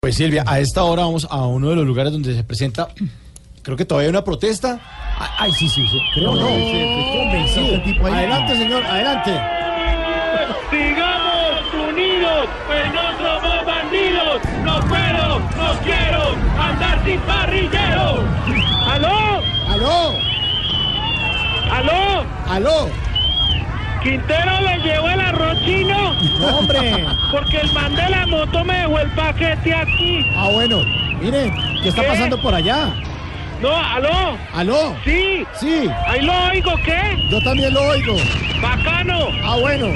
Pues Silvia, a esta hora vamos a uno de los lugares donde se presenta, creo que todavía hay una protesta. Ah, Ay, sí, sí, Este sí. Creo no. Adelante, señor, adelante. Sigamos unidos, pues no somos bandidos. No puedo, no quiero andar sin parrillero. ¿Aló? Aló, ¿Aló? aló. Quintero le llevó el arroz chino No, hombre. porque el man de la moto me dejó el paquete aquí. Ah, bueno. Mire, ¿qué está ¿Qué? pasando por allá? No, ¿aló? Aló. Sí. Sí, Ahí lo oigo, ¿qué? yo también lo oigo. Bacano. Ah, bueno.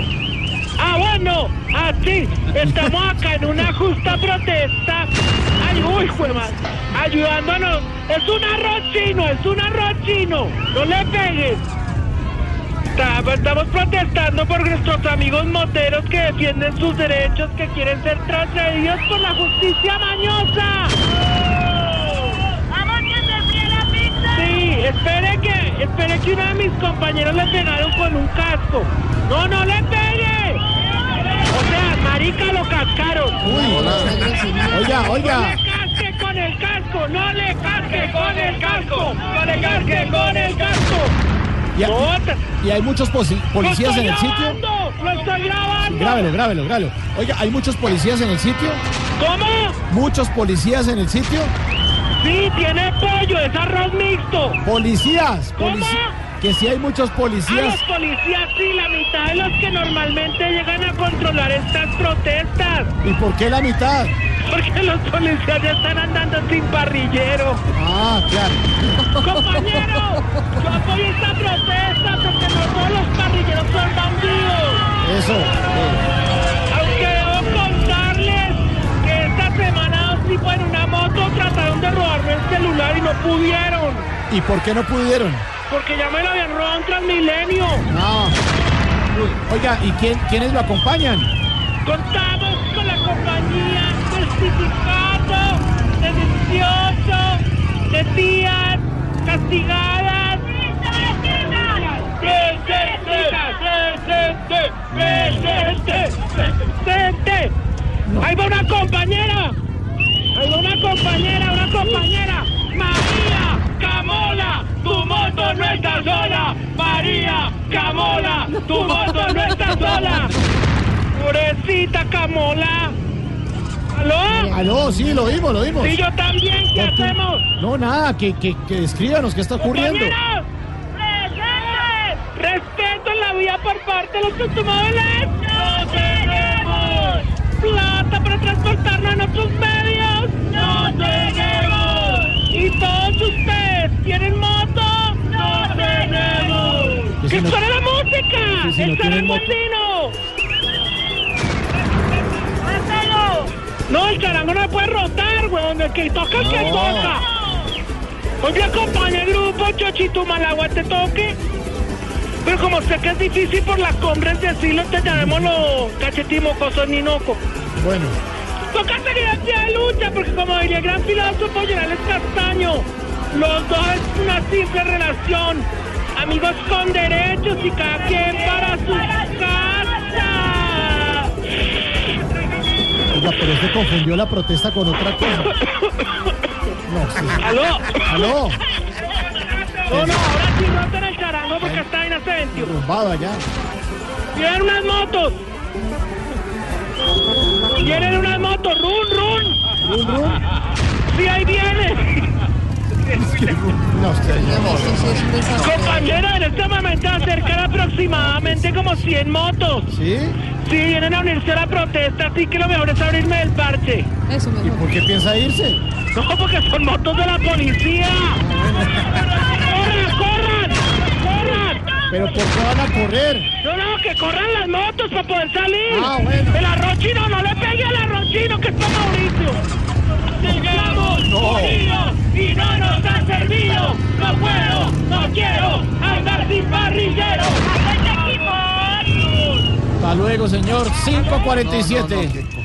Ah, bueno. Ah, sí. Estamos acá en una justa protesta. Ay, uy, jueman. Ayudándonos. Es un arroz chino, es un arroz chino. No le pegues. Ta- Estamos protestando por nuestros amigos moteros que defienden sus derechos, que quieren ser trasgredidos por la justicia mañosa. ¡Vamos que se fríe la pizza! Sí, espere que, espere que uno de mis compañeros le pegaron con un casco. No, no le pegue. O sea, marica lo cascaron. Oiga, No oiga. le casque con el casco, no le casque con el casco, no le casque con el casco. Y, No, te- y hay muchos posi- ¡Lo estoy policías en el sitio. grabando! ¡Lo estoy grabando! Grábelo, grábelo, grábelo. Oiga, hay muchos policías en el sitio. ¿Cómo? Muchos policías en el sitio. Sí, tiene pollo, es arroz mixto. Policías, ¿Cómo? polici- que sí hay muchos A los policías. policías sí, la mitad de los que normalmente llegan a controlar estas protestas. ¿Y por qué la mitad? Porque los policías ya están andando sin parrillero. Ah, claro. Compañero, yo apoyo esta protesta porque no todos los parrilleros son bandidos. Eso. eh, Aunque debo contarles que esta semana dos tipos en una moto trataron de robarme el celular y no pudieron. ¿Y por qué no pudieron? Porque ya me lo habían robado en Transmilenio. No. Oiga, ¿y quién, quiénes lo acompañan? Contamos con la compañía del sindicato, de 18, de tías, castigadas. ¡Presente! ¡Presente! ¡Presente! ¡Ahí va una compañera! ¡Ahí va una compañera, una compañera! ¡María Camola! ¡Tu moto no está sola! ¡María Camola! ¡Tu moto no está sola! ¡Pobrecita Camola! ¿Aló? Aló, sí, lo vimos, lo vimos. Sí, yo también, ¿qué ¿Por qué? hacemos? No, nada, que, que, que escríbanos qué está ocurriendo. ¡Compañeros! ¡Presente! Respeto en la vía por parte de los automóviles. No tenemos plata para transportarnos en otros medios. No tenemos. Y todos ustedes tienen moto. No tenemos. Que si ¡Que no- suene la música! que si no ¡El tienen moto- zarangondino! ¡Mátalo! No, el charango no puede rotar, weón. El que toca, el que No. toca. Oye, acompaña el grupo, Chochito Malagua, te toque. Pero como sé que es difícil por las compras decirlo, te llamemos los cachetimocos ninoco. Bueno, Toca seguir en pie de lucha, porque como diría el gran filósofo General Castaño, los dos es una simple relación. Amigos con derechos y cada quien para su casa. oiga, pero este confundió la protesta con otra cosa. No, sí. ¿Aló? Aló, No, no, ahora sí rotan el charango porque está en hace 21. rumbado allá. Tienen unas motos. Tienen unas motos. Run, run. Rum, rum. Sí, ahí vienen. No, usted. Compañeros, en este momento acercan aproximadamente como 100 motos. ¿Sí? Sí, vienen a unirse a la protesta, así que lo mejor es abrirme el parche. Eso ¿Y mejor. por qué piensa irse? No, porque son motos de la policía. ¡Corran, corran! ¡Corran! ¿Pero por qué van a correr? No, no, que corran las motos para poder salir. Ah, bueno. El arrochino, no le pegue al arrochino que está Mauricio. Sigamos unidos y no nos ha servido. No puedo, no quiero andar sin parrillero. ¡Aguanta, equipo! Hasta luego, señor. 547.